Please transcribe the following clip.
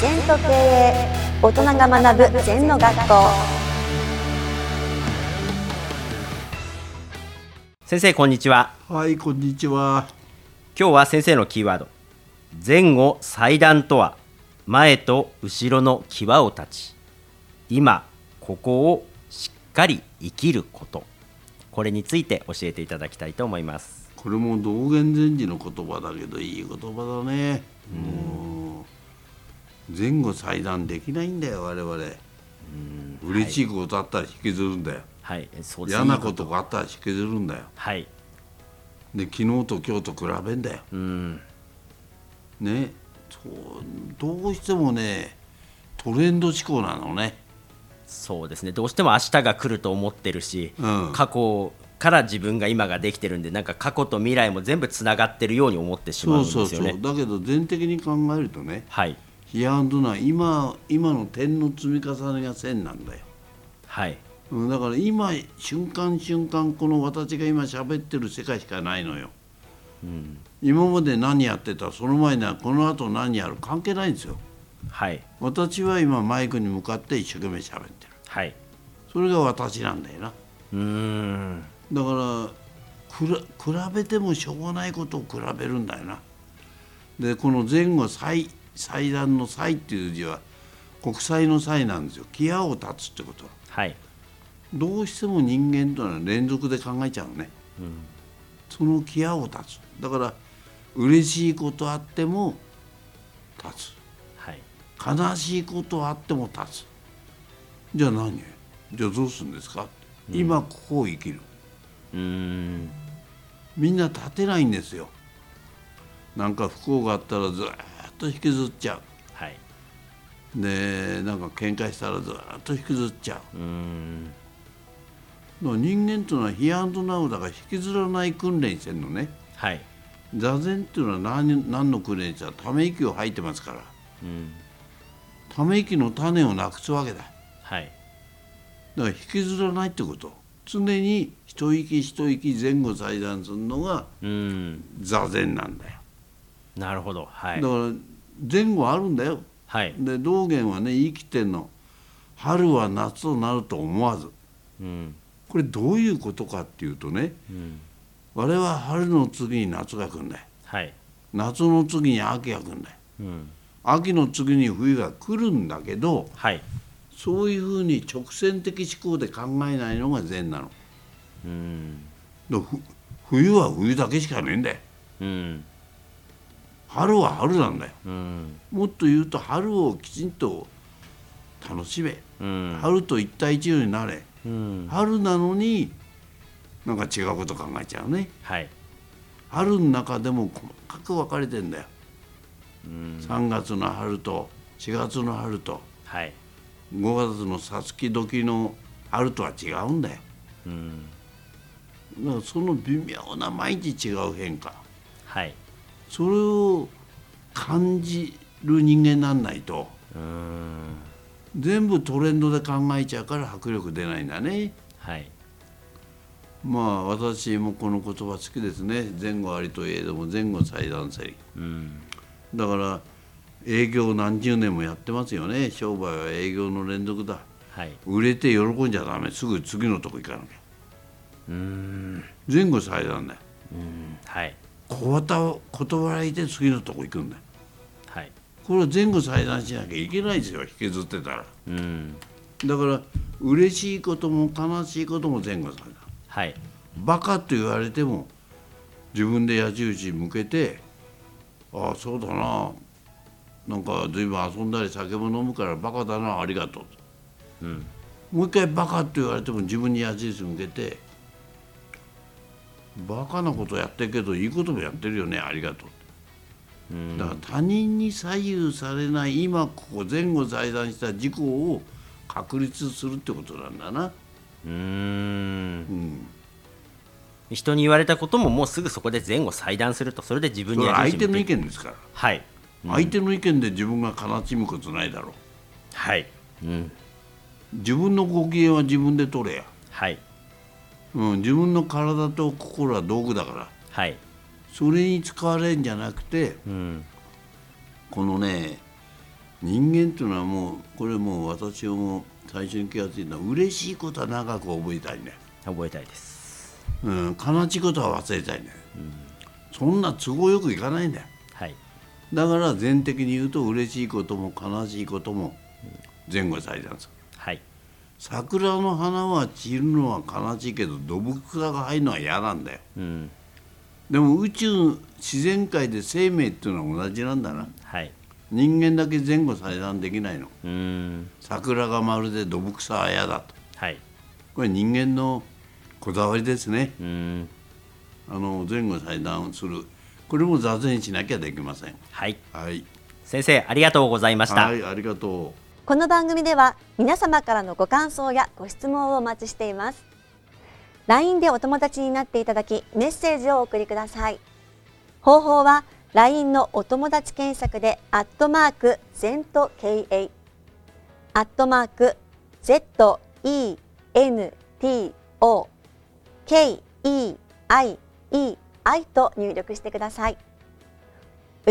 全と経営大人が学ぶ全の学校先生こんにちははい、こんにちは。今日は先生のキーワード前後祭壇とは前と後ろの際を立ち今ここをしっかり生きることこれについて教えていただきたいと思いますこれも道元禅師の言葉だけど、いい言葉だね。もう前後裁断できないんだよ、我々。嬉しいことあったら引きずるんだよ。はいそうです嫌なことがあったら引きずるんだよ。はいで、昨日と今日と比べんだよ。うんね。そうどうしてもね、トレンド思考なのね。そうですねどうしても明日が来ると思ってるし、うん過去から自分が今ができてるんでなんか過去と未来も全部つながってるように思ってしまうそんうですそようねそう。だけど全的に考えるとね、はい批判というのは今今の点の積み重ねが線なんだよ。はいうんだから今瞬間瞬間この私が今喋ってる世界しかないのよ、今まで何やってたその前にはこの後何やる関係ないんですよはい私は今マイクに向かって一生懸命喋ってるはいそれが私なんだよなうーんだからくら比べてもしょうがないことを比べるんだよなでこの前後祭祭壇の祭っていう字は国際の祭なんですよギアを立つってことはいどうしても人間というのは連続で考えちゃうね、そのギアを立つだから嬉しいことあっても立つはい悲しいことあっても立つじゃあ何じゃあどうするんですか、今ここを生きるうーんみんな立てないんですよなんか不幸があったらずーっと引きずっちゃうはいでなんか喧嘩したらずーっと引きずっちゃううーんだから人間というのはヒアンドナウだから引きずらない訓練してるのねはい座禅っていうのは何何の訓練ですかため息を吐いてますからうんため息の種をなくすわけだだかはいら引きずらないってこと常に一息一息前後裁断するのがうーん座禅なんだよ、なるほどはいだから前後あるんだよはいで道元はね生きてんの春は夏となると思わずうんこれどういうことかっていうとねうん我々は春の次に夏が来るんだよはい夏の次に秋が来るんだようん秋の次に冬が来るんだけどはいそういうふうに直線的思考で考えないのが善なのうーんだふ冬は冬だけしかねえんだようん春は春なんだようんもっと言うと春をきちんと楽しめうん春と一対一よになれうん春なのになんか違うこと考えちゃうねはい春の中でも細かく分かれてんだよ3月の春と4月の春とはい5月のさつき時の春とは違うんだようんだからその微妙な毎日違う変化はいそれを感じる人間になんないとうーん全部トレンドで考えちゃうから迫力出ないんだねはいまあ私もこの言葉好きですね前後ありといえども前後裁断せりうんだから営業何十年もやってますよね商売は営業の連続だはい売れて喜んじゃダメすぐ次のとこ行かなきゃうーん前後裁断だようんはい小股を断りで次のとこ行くんだよはいこれは前後裁断しなきゃいけないですよ引きずってたらうんだから嬉しいことも悲しいことも前後されたはいバカと言われても自分で矢印向けてああそうだななんか随分遊んだり酒も飲むからバカだなありがとう、うんもう一回バカと言われても自分に矢印向けてバカなことやってるけどいいこともやってるよねありがとううんだから他人に左右されない今ここ前後裁断した事項を確立するってことなんだな、うーんうん、人に言われたことももうすぐそこで前後裁断するとそれで自分そにれは矢相印手向のけ意見ですからはい相手の意見で自分が悲しむことないだろうはいうん自分のご機嫌は自分で取れや、はいうん、自分の体と心は道具だからはいそれに使われるんじゃなくてうんこのね人間っていうのはもうこれもう私も最初に気が付いたのは嬉しいことは長く覚えたいね、覚えたいですうん、悲しいことは忘れたいね、そんな都合よくいかないんだよはいだから全的に言うと嬉しいことも悲しいことも前後最短するはい桜の花は散るのは悲しいけど土木草が入るのは嫌なんだようんでも宇宙自然界で生命っていうのは同じなんだなはい人間だけ前後裁断できないのうん桜がまるで土木草は嫌だとはいこれ人間のこだわりですねうんあの前後裁断をするこれも座禅しなきゃできませんはいはい先生ありがとうございました、はいありがとうこの番組では皆様からのご感想やご質問をお待ちしています。LINE でお友達になっていただきメッセージをお送りください。方法は LINE のお友達検索でアットマーク ZENTKA アットマーク ZENTOKEIEI と入力してください。お